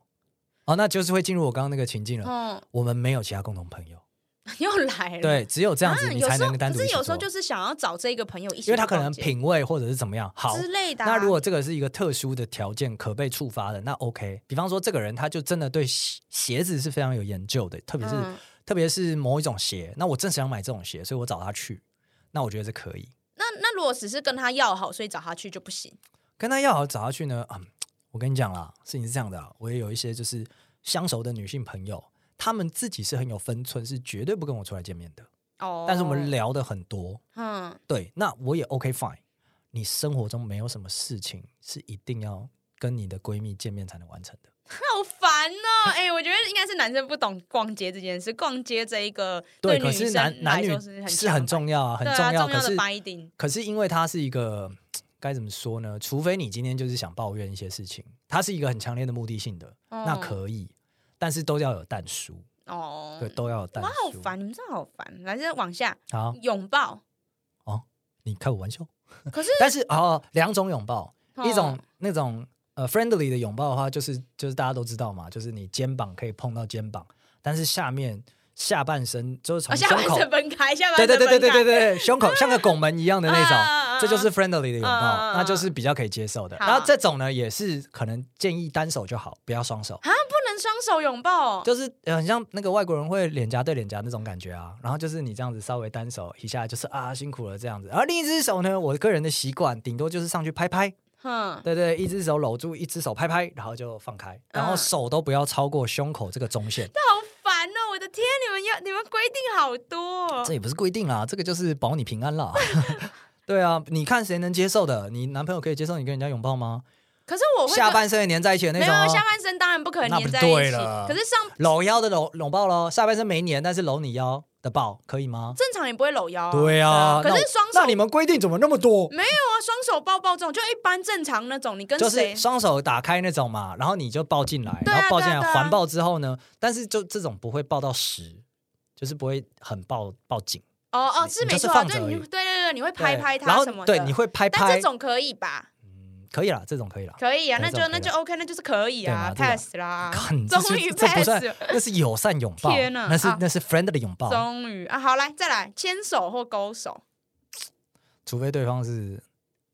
Speaker 1: 哦，那就是会进入我刚刚那个情境了。
Speaker 2: 嗯，
Speaker 1: 我们没有其他共同朋友，
Speaker 2: (laughs) 又来了。
Speaker 1: 对，只有这样子
Speaker 2: 啊
Speaker 1: 你
Speaker 2: 有
Speaker 1: 才
Speaker 2: 时候
Speaker 1: 能单独
Speaker 2: 可
Speaker 1: 一
Speaker 2: 是
Speaker 1: 起
Speaker 2: 有时候
Speaker 1: 做
Speaker 2: 就是想要找这个朋友一起去逛街，
Speaker 1: 因为他可能品味或者是怎么样好
Speaker 2: 之类的啊、
Speaker 1: 那如果这个是一个特殊的条件可被触发的，那 OK。比方说，这个人他就真的对鞋鞋子是非常有研究的，特别是、
Speaker 2: 嗯
Speaker 1: 特别是某一种鞋。那我正想买这种鞋，所以我找他去，那我觉得这可以。
Speaker 2: 那那如果只是跟他要好，所以找他去就不行。
Speaker 1: 跟他要好找他去呢，嗯，我跟你讲啦，事情是这样的啊、我也有一些就是相熟的女性朋友，她们自己是很有分寸，是绝对不跟我出来见面的。
Speaker 2: 哦，
Speaker 1: 但是我们聊的很多，
Speaker 2: 嗯，
Speaker 1: 对，那我也 OK fine。你生活中没有什么事情是一定要跟你的闺蜜见面才能完成的。
Speaker 2: 好烦哦。哎、我觉得应该是男生不懂逛街这件事，逛街这一个
Speaker 1: (laughs) 对，
Speaker 2: 女
Speaker 1: 可是
Speaker 2: 生
Speaker 1: 男男
Speaker 2: 来
Speaker 1: 女
Speaker 2: 说是很
Speaker 1: 是
Speaker 2: 强
Speaker 1: 很
Speaker 2: 的
Speaker 1: 重要啊，很
Speaker 2: 对啊
Speaker 1: 重要。
Speaker 2: 重
Speaker 1: 可
Speaker 2: 要的
Speaker 1: 是
Speaker 2: binding
Speaker 1: 可是因为它是一个该怎么说呢？除非你今天就是想抱怨一些事情，它是一个很强烈的目的性的，那
Speaker 2: 嗯
Speaker 1: 可以，但是都要有淡书，
Speaker 2: 哦。
Speaker 1: 对，都要有淡
Speaker 2: 哇，好
Speaker 1: 书。
Speaker 2: 烦！你们真的好烦。来，再往下
Speaker 1: 好，
Speaker 2: 拥抱，
Speaker 1: 你开我玩笑。
Speaker 2: 可是
Speaker 1: 但是哦，两种拥抱，一种
Speaker 2: 哦
Speaker 1: 那种呃 friendly 的拥抱的话，就是就是大家都知道嘛，就是你肩膀可以碰到肩膀，但是下面下半身就是
Speaker 2: 哦，
Speaker 1: 从
Speaker 2: 下
Speaker 1: 胸
Speaker 2: 半
Speaker 1: 口
Speaker 2: 身分开，下
Speaker 1: 对
Speaker 2: 半身
Speaker 1: 对
Speaker 2: 分
Speaker 1: 对
Speaker 2: 开，
Speaker 1: 对对对对，胸口像个拱门一样的那
Speaker 2: (laughs) 啊啊啊
Speaker 1: 种
Speaker 2: 啊，
Speaker 1: 这就是 friendly 的拥
Speaker 2: 啊啊
Speaker 1: 抱，那就是比较可以接受的。
Speaker 2: 好
Speaker 1: 然后这种呢，也是可能建议单手就好，不要双手，
Speaker 2: 啊，不能双手拥抱哦，
Speaker 1: 就是呃很像那个外国人会脸颊对脸颊那种感觉啊。然后就是你这样子稍微单手一下，就是啊辛苦了这样子。而另一只手呢，我个人的习惯，顶多就是上去拍拍，
Speaker 2: 哼，
Speaker 1: 对对，一只手搂住，一只手拍拍，然后就放开，然后
Speaker 2: 嗯
Speaker 1: 手都不要超过胸口这个中线。
Speaker 2: 好烦哦！我的天，你们要你们规定好多哦，
Speaker 1: 这也不是规定啦，这个就是保你平安
Speaker 2: (laughs)
Speaker 1: 啦。对啊，你看谁能接受的？你男朋友可以接受你跟人家拥抱吗？
Speaker 2: 可是我会
Speaker 1: 下半身也粘在一起的
Speaker 2: 没
Speaker 1: 那
Speaker 2: 有啊
Speaker 1: 种、哦，
Speaker 2: 下半身当然不可能
Speaker 1: 那不
Speaker 2: 粘在
Speaker 1: 对
Speaker 2: 一起，
Speaker 1: 了
Speaker 2: 可是上
Speaker 1: 搂腰的搂拥抱咯，下半身没粘，但是搂你腰的抱可以吗？
Speaker 2: 正常也不会搂腰、
Speaker 1: 对啊，
Speaker 2: 哦可
Speaker 1: 那
Speaker 2: 是双手
Speaker 1: 那你们规定怎么那么多？
Speaker 2: 没有啊，双手抱抱这种就一般正常那种，你跟
Speaker 1: 就是
Speaker 2: 谁？
Speaker 1: 双手打开那种嘛，然后你就抱进来，
Speaker 2: 对啊
Speaker 1: 然后抱进来、
Speaker 2: 对啊对啊
Speaker 1: 环抱之后呢，但是就这种不会抱到十，就是不会很抱抱紧，
Speaker 2: 哦哦，是
Speaker 1: 你
Speaker 2: 没
Speaker 1: 就是
Speaker 2: 错啊，
Speaker 1: 放
Speaker 2: 对，
Speaker 1: 着
Speaker 2: 你
Speaker 1: 而已
Speaker 2: 对对对，你会拍
Speaker 1: 对
Speaker 2: 拍
Speaker 1: 然
Speaker 2: 他
Speaker 1: 后
Speaker 2: 什么的，
Speaker 1: 对你会拍
Speaker 2: 但
Speaker 1: 拍，
Speaker 2: 这种可以吧？
Speaker 1: 嗯可以啦，这种可以啦。
Speaker 2: 可以啊，
Speaker 1: 对
Speaker 2: 那
Speaker 1: 这
Speaker 2: 就
Speaker 1: 种
Speaker 2: 那
Speaker 1: 可以
Speaker 2: 就 OK，那就是可以啊
Speaker 1: 对嘛这种
Speaker 2: ，pass 啦， (laughs)
Speaker 1: 看，这
Speaker 2: 终
Speaker 1: 是
Speaker 2: 于
Speaker 1: 这不
Speaker 2: pass
Speaker 1: 算哦
Speaker 2: 了，
Speaker 1: 那是友善拥抱，
Speaker 2: 天哪
Speaker 1: 那是、
Speaker 2: 啊
Speaker 1: 那是 friendly 拥抱，
Speaker 2: 终于啊，好来再来牵手或勾手
Speaker 1: 除非对方是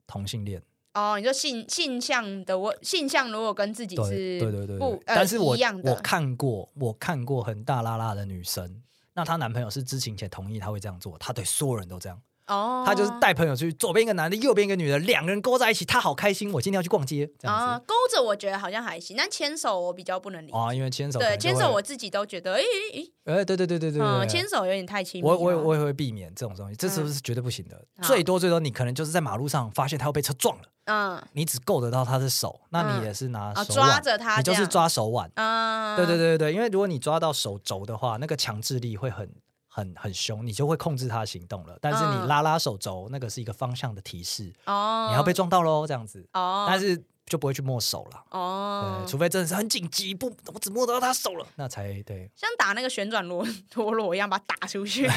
Speaker 1: 同性恋，
Speaker 2: 哦，你说性性向的我性向如果跟自己
Speaker 1: 对
Speaker 2: 是
Speaker 1: 对对对
Speaker 2: 不
Speaker 1: 对，
Speaker 2: 呃
Speaker 1: 但是我
Speaker 2: 一样
Speaker 1: 我
Speaker 2: 的，
Speaker 1: 看过我看过很大拉拉的女生，那她男朋友是知情且同意，她会这样做，她对所有人都这样，
Speaker 2: 哦，
Speaker 1: 她就是带朋友去，左边一个男的，右边一个女的，两个人勾在一起，她好开心，我今天要去逛街这样
Speaker 2: 啊
Speaker 1: 子。
Speaker 2: 勾着，我觉得好像还行，但牵手我比较不能理解。
Speaker 1: 哦，因为牵手可
Speaker 2: 对，
Speaker 1: 能就
Speaker 2: 牵手
Speaker 1: 会
Speaker 2: 我，自己都觉得，诶诶诶，
Speaker 1: 哎、对对对对对对，
Speaker 2: 嗯，
Speaker 1: 对
Speaker 2: 牵手有点太亲密了。
Speaker 1: 我我也我也会避免这种东西，这是不是绝对不行的？
Speaker 2: 嗯好
Speaker 1: 最多最多，你可能就是在马路上发现他要被车撞了，
Speaker 2: 嗯
Speaker 1: 你只够得到他的手，那
Speaker 2: 嗯
Speaker 1: 你也是拿
Speaker 2: 啊，
Speaker 1: 啊手腕，
Speaker 2: 抓着他，
Speaker 1: 你就是，抓手腕。
Speaker 2: 嗯，
Speaker 1: 对对对对对，因为如果你抓到手肘的话，那个强制力会很很很凶，你就会控制他的行动了。但是
Speaker 2: 嗯
Speaker 1: 你拉拉手肘，那个是一个方向的提示，
Speaker 2: 哦，
Speaker 1: 你要被撞到喽，这样子。
Speaker 2: 哦，
Speaker 1: 但是就不会去摸手了。
Speaker 2: 哦
Speaker 1: 对，，除非真的是很紧急，不，我只摸得到他手了，那才对。
Speaker 2: 像打那个旋转螺 (laughs) 陀螺一样把它打出
Speaker 1: (laughs)
Speaker 2: 去，给我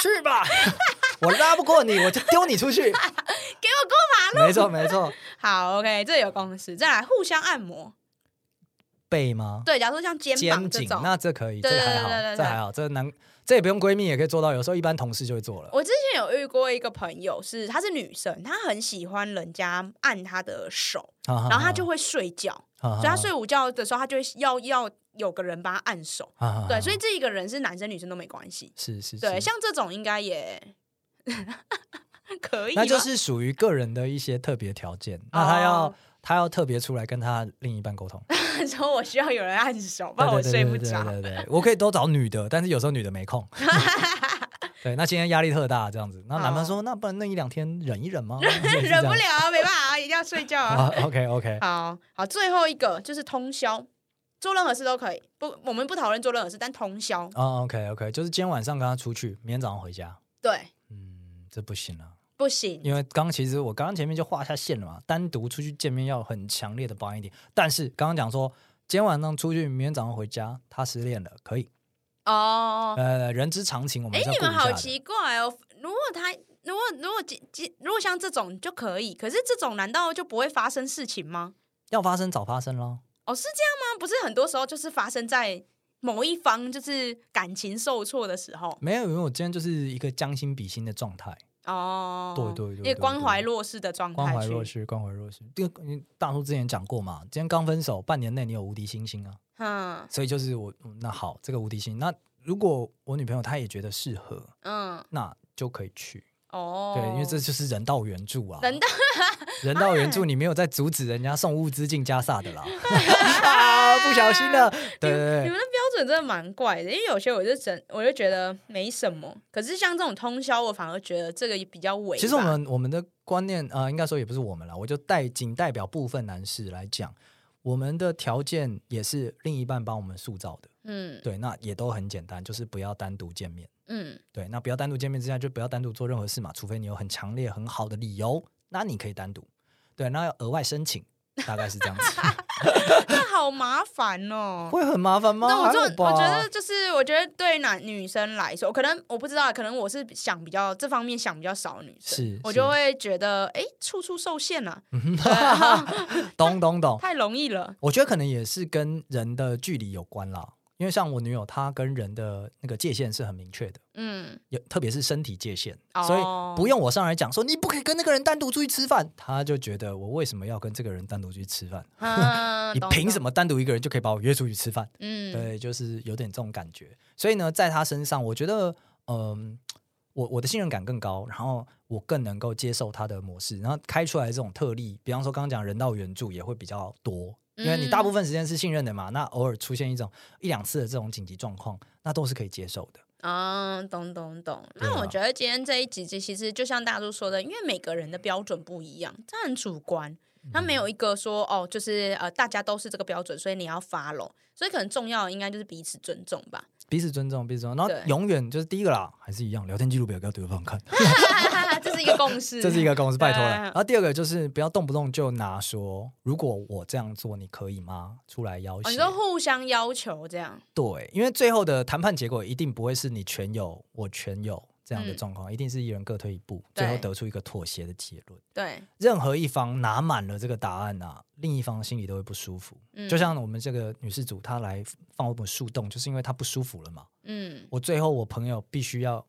Speaker 1: 去吧， (laughs) 我拉不过你，我就丢你出
Speaker 2: (laughs)
Speaker 1: 去。
Speaker 2: 过。
Speaker 1: 没错没错，
Speaker 2: 好，OK，这有共识。再来互相按摩，
Speaker 1: 背吗？
Speaker 2: 对，假如说像肩膀
Speaker 1: 肩
Speaker 2: 这
Speaker 1: 颈，
Speaker 2: 种，
Speaker 1: 那这可以，
Speaker 2: 对
Speaker 1: 这
Speaker 2: 对
Speaker 1: 还好
Speaker 2: 对对对，
Speaker 1: 这还好，这难，这也不用闺蜜也可以做到，有时候一般同事就会做了。
Speaker 2: 我之前有遇过一个朋友是，她是女生，她很喜欢人家按她的手，
Speaker 1: 然
Speaker 2: 然后她
Speaker 1: 啊
Speaker 2: 就会睡觉，
Speaker 1: 所
Speaker 2: 所以她睡午觉的时候，她就会要要有个人帮她按手。对，所以这一个人是男生女生都没关系。
Speaker 1: 是啊是
Speaker 2: 对，
Speaker 1: 是
Speaker 2: 像这种应该也
Speaker 1: (laughs)
Speaker 2: 可以吗，
Speaker 1: 那就是属于个人的一些特别条件，那他要
Speaker 2: 哦
Speaker 1: 他要特别出来跟他另一半
Speaker 2: (laughs)
Speaker 1: 沟通，
Speaker 2: 说我需要有人按手，不
Speaker 1: 对
Speaker 2: 然我
Speaker 1: 对
Speaker 2: 睡
Speaker 1: 对对
Speaker 2: 不
Speaker 1: 对
Speaker 2: 着。
Speaker 1: 对对，我可以都找女的，但是有时候女的没
Speaker 2: (laughs)
Speaker 1: 空。对，那今天压力特大，这样子，那男朋友说，那不然那一两天忍一忍吗？(laughs)
Speaker 2: 哦 (laughs) 忍不了啊，没办法啊，一定要睡觉啊。
Speaker 1: 啊。OK OK，
Speaker 2: (laughs) 好好，最后一个就是通宵，做任何事都可以。不，我们不讨论做任何事，但通宵，
Speaker 1: 啊 OK OK，就是今天晚上跟他出去，明天早上回家，
Speaker 2: 对，
Speaker 1: 嗯，这不行啊。
Speaker 2: 不行。
Speaker 1: 因为刚其实我刚刚前面就画下线了嘛，单独出去见面要很强烈的 binding，但是刚刚讲说今天晚上出去，明天早上回家，他失恋了，可以，
Speaker 2: 哦，
Speaker 1: 呃，人之常情，我们
Speaker 2: 哎
Speaker 1: 是，要
Speaker 2: 你
Speaker 1: 顾
Speaker 2: 们
Speaker 1: 一下
Speaker 2: 好
Speaker 1: 的。
Speaker 2: 奇怪哦。如果他如果如果几几如果像这种就可以，可是这种难道就不会发生事情吗？
Speaker 1: 要发生早发生咯。
Speaker 2: 哦，是这样吗？不是很多时候就是发生在某一方就是感情受挫的时候
Speaker 1: 没有，因为我今天就是一个将心比心的状态，
Speaker 2: 哦，
Speaker 1: 对对对对
Speaker 2: 一个关怀弱势的状态，
Speaker 1: 关怀弱，势，关怀弱势。这个因为大叔之前讲过嘛，今天刚分手，半年内你有无敌星星啊，
Speaker 2: 嗯
Speaker 1: 所以就是我嗯那好，这个无敌星，那如果我女朋友她也觉得适合，
Speaker 2: 嗯，
Speaker 1: 那就可以去。
Speaker 2: 哦，
Speaker 1: 对，因为这就是人道援助啊，
Speaker 2: 人道
Speaker 1: 人道援助，你没有在阻止人家送物资进加萨的啦，
Speaker 2: (laughs)
Speaker 1: 啊，不小心的，对对
Speaker 2: 你
Speaker 1: 对，
Speaker 2: 们的标准真的蛮怪的，因为有些我就真我就觉得没什么，可是像这种通宵，我反而觉得这个比较伪吧。
Speaker 1: 其实我们我们的观念啊、呃应该说也不是我们啦，我就代仅代表部分男士来讲，我们的条件也是另一半帮我们塑造的，
Speaker 2: 嗯
Speaker 1: 对，那也都很简单，就是不要单独见面。
Speaker 2: 嗯
Speaker 1: 对，那不要单独见面之下，就不要单独做任何事嘛，除非你有很强烈、很好的理由，那你可以单独。对，那要额外申请，大概是这样子，
Speaker 2: (laughs) 那好麻烦哦。
Speaker 1: 会很麻烦吗？
Speaker 2: (laughs) 那我
Speaker 1: 还
Speaker 2: 就
Speaker 1: 好吧
Speaker 2: 我觉得就是，我觉得对男女生来说，可能我不知道，可能我是想比较这方面想比较少的女生，
Speaker 1: 是
Speaker 2: 我
Speaker 1: 是
Speaker 2: 就会觉得哎，处处受限了、
Speaker 1: (laughs) 懂懂懂。
Speaker 2: 太容易了。
Speaker 1: 我觉得可能也是跟人的距离有关啦，因为像我女友，她跟人的那个界限是很明确的，
Speaker 2: 嗯，
Speaker 1: 有特别是身体界限，
Speaker 2: 哦
Speaker 1: 所以不用我上来讲说你不可以跟那个人单独出去吃饭，她就觉得我为什么要跟这个人单独出去吃饭？
Speaker 2: 啊
Speaker 1: 你
Speaker 2: 懂
Speaker 1: 凭什
Speaker 2: 懂
Speaker 1: 么单独一个人就可以把我约出去吃饭？
Speaker 2: 嗯，
Speaker 1: 对，就是有点这种感觉。所以呢，在他身上，我觉得，嗯、我我的信任感更高，然后我更能够接受他的模式，然后开出来的这种特例，比方说刚刚讲人道援助也会比较多，因为你大部
Speaker 2: 嗯
Speaker 1: 分时间是信任的嘛，那偶尔出现一种一两次的这种紧急状况，那都是可以接受的。
Speaker 2: 啊、懂懂懂。
Speaker 1: 对
Speaker 2: 那我
Speaker 1: 啊
Speaker 2: 觉得今天这一集其实就像大叔说的，因为每个人的标准不一样，这很主观。
Speaker 1: 嗯
Speaker 2: 他没有一个说哦，就是呃，大家都是这个标准，所以你要 follow。所以可能重要的应该就是彼此尊重
Speaker 1: (laughs)
Speaker 2: 吧。 (laughs)
Speaker 1: 彼此尊重，彼此尊重，然
Speaker 2: 对嗯
Speaker 1: 后永远就是第一个啦，还是一样，聊天记录不要给对方看，
Speaker 2: 这是一个共识，
Speaker 1: 这是一个公
Speaker 2: (laughs)
Speaker 1: 司，拜托了。
Speaker 2: 嗯
Speaker 1: 然后第二个就是不要动不动就拿说，如果我这样做，你可以吗？出来要挟。
Speaker 2: 哦，你说互相要求这样，
Speaker 1: 对，因为最后的谈判结果一定不会是你全有我全有这样的
Speaker 2: 嗯
Speaker 1: 状况，一定是一人各退一步，
Speaker 2: 对
Speaker 1: 最后得出一个妥协的结论。
Speaker 2: 对，
Speaker 1: 任何一方拿满了这个答案啊，另一方心里都会不舒服。
Speaker 2: 嗯
Speaker 1: 就像我们这个女事主，她来放我们树洞，就是因为她不舒服了嘛。
Speaker 2: 嗯
Speaker 1: 我最后我朋友必须要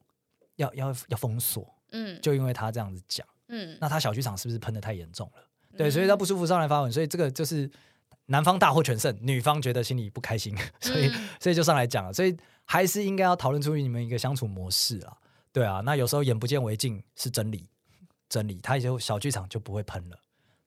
Speaker 1: 要要要封锁，
Speaker 2: 嗯
Speaker 1: 就因为她这样子讲。
Speaker 2: 嗯，
Speaker 1: 那她小剧场是不是喷的太严重了？对，所以她不舒服上来发文，所以这个就是男方大获全胜，女方觉得心里不开心， (laughs) 所以
Speaker 2: 嗯
Speaker 1: 所以就上来讲了，所以还是应该要讨论出你们一个相处模式啦。对啊，那有时候眼不见为净是真理，真理，他就小剧场就不会喷了。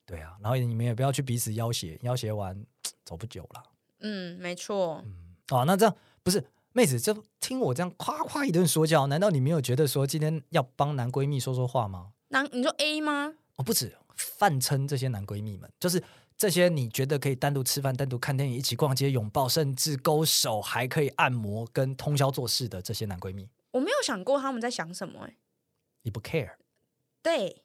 Speaker 1: 对啊，然后你们也不要去彼此要挟，要挟完走不久了。
Speaker 2: 嗯，没错，
Speaker 1: 哦，那这样不是妹子，就听我这样夸夸一顿说教，难道你没有觉得说今天要帮男闺蜜说说话吗？
Speaker 2: 那你说 A 吗？
Speaker 1: 哦，不止泛称这些男闺蜜们，就是这些你觉得可以单独吃饭、单独看电影、一起逛街、拥抱，甚至勾手，还可以按摩跟通宵做事的这些男闺蜜，
Speaker 2: 我没有想过他们在想什么、欸，
Speaker 1: 你不 care，OK？、
Speaker 2: 对，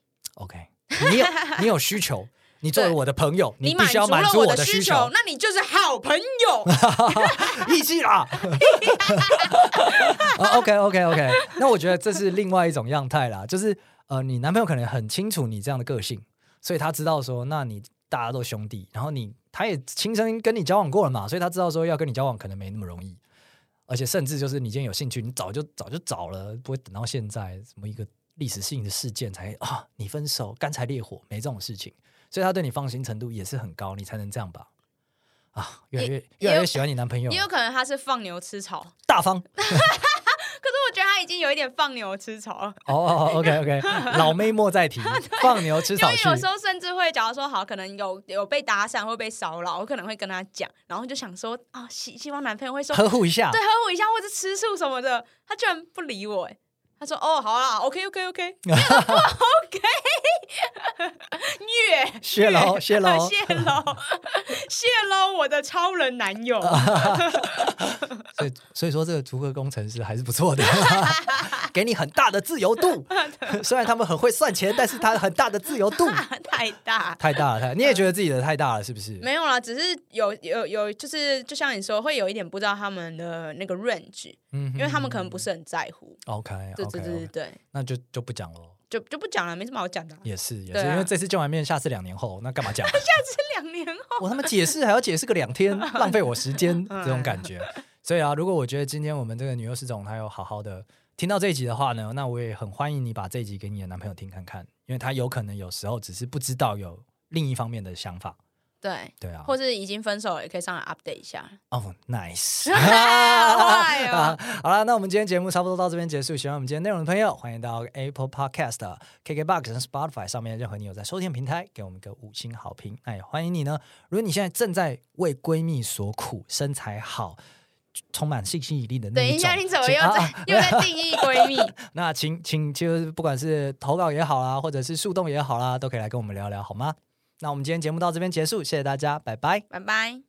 Speaker 1: 你有你有需求，你作为
Speaker 2: 对
Speaker 1: 我的朋友，
Speaker 2: 你
Speaker 1: 必须要
Speaker 2: 足了
Speaker 1: 满足
Speaker 2: 我
Speaker 1: 的
Speaker 2: 需
Speaker 1: 求，
Speaker 2: 那你就是好朋友。
Speaker 1: 意气 (laughs) 啦。o k OK OK，那我觉得这是另外一种样态啦，就是呃，你男朋友可能很清楚你这样的个性，所以他知道说，那你大家都兄弟，然后你他也亲身跟你交往过了嘛，所以他知道说要跟你交往可能没那么容易，而且甚至就是你今天有兴趣，你早就早就找了，不会等到现在什么一个历史性的事件才啊，你分手干柴烈火没这种事情，所以他对你放心程度也是很高，你才能这样吧。啊，越来越越来越喜欢你男朋友了，
Speaker 2: 也有可能他是放牛吃草，可
Speaker 1: 大方。
Speaker 2: 是我觉得他已经有一点放牛吃草了。
Speaker 1: 哦
Speaker 2: (laughs)
Speaker 1: 哦，OK OK，老妹莫再提，放牛吃
Speaker 2: 因
Speaker 1: 草
Speaker 2: 为
Speaker 1: 去
Speaker 2: 有。时候甚至会，假如说好，可能有有被搭讪或被骚扰，我可能会跟他讲，然后就想说啊，希希望男朋友会说
Speaker 1: 呵护一下
Speaker 2: 对，呵护一下或者吃醋什么的，他居然不理我、哎，他说哦，好啦，OK OK OK，虐
Speaker 1: 谢喽，谢
Speaker 2: (laughs)
Speaker 1: 喽。
Speaker 2: 泄露泄露我的超人男友，
Speaker 1: 所以所以说，这个逐客工程师还是不错的，
Speaker 2: (laughs)
Speaker 1: 给你很大的自由度。虽然他们很会算钱，但是他很大的自由
Speaker 2: (laughs)
Speaker 1: 度
Speaker 2: (laughs) 太大。
Speaker 1: 太大了，太你也觉得自己的太大了，是不是？
Speaker 2: 没有啦，只是有有有，就是就像你说，会有一点不知道他们的那个 range，
Speaker 1: 嗯哼，
Speaker 2: 因为他们可能不是很在乎。
Speaker 1: OK
Speaker 2: 对对
Speaker 1: OK，
Speaker 2: 对对对，
Speaker 1: 那就就不讲喽。
Speaker 2: 就就不讲了，没什么好讲的啊、 (laughs)
Speaker 1: 也是也
Speaker 2: 对
Speaker 1: 是，
Speaker 2: 啊
Speaker 1: 因为这次见完面，下次两年后，那干嘛
Speaker 2: (laughs)
Speaker 1: 讲？
Speaker 2: 这两年后，
Speaker 1: 我他妈解释还要解释个两天，浪费我时间，这种感觉。所以啊，如果我觉得今天我们这个女优师总她有好好的听到这一集的话呢，那我也很欢迎你把这一集给你的男朋友听看看，因为他有可能有时候只是不知道有另一方面的想法。
Speaker 2: 对，
Speaker 1: 对啊，
Speaker 2: 或是已经分手了，也可以上来 update 一下。
Speaker 1: 哦、n i
Speaker 2: (laughs)
Speaker 1: c
Speaker 2: 坏
Speaker 1: e
Speaker 2: 哦
Speaker 1: (laughs) 好了，那我们今天节目差不多到这边结束。喜欢我们今天内容的朋友，欢迎到 Apple Podcast、KKBox 和 Spotify 上面任何你有在收听的平台，给我们一个五星好评。那也欢迎你呢，如果你现在正在为闺蜜所苦，身材好。充满性吸引力的那
Speaker 2: 等一
Speaker 1: 种
Speaker 2: 下，你怎么
Speaker 1: 请
Speaker 2: 又
Speaker 1: 啊
Speaker 2: 在、
Speaker 1: 啊
Speaker 2: 又在定义闺蜜？
Speaker 1: (laughs) 那请请就是不管是投稿也好啦，或者是树洞也好啦，都可以来跟我们聊聊好吗？那我们今天节目到这边结束，谢谢大家，拜拜。
Speaker 2: 拜拜。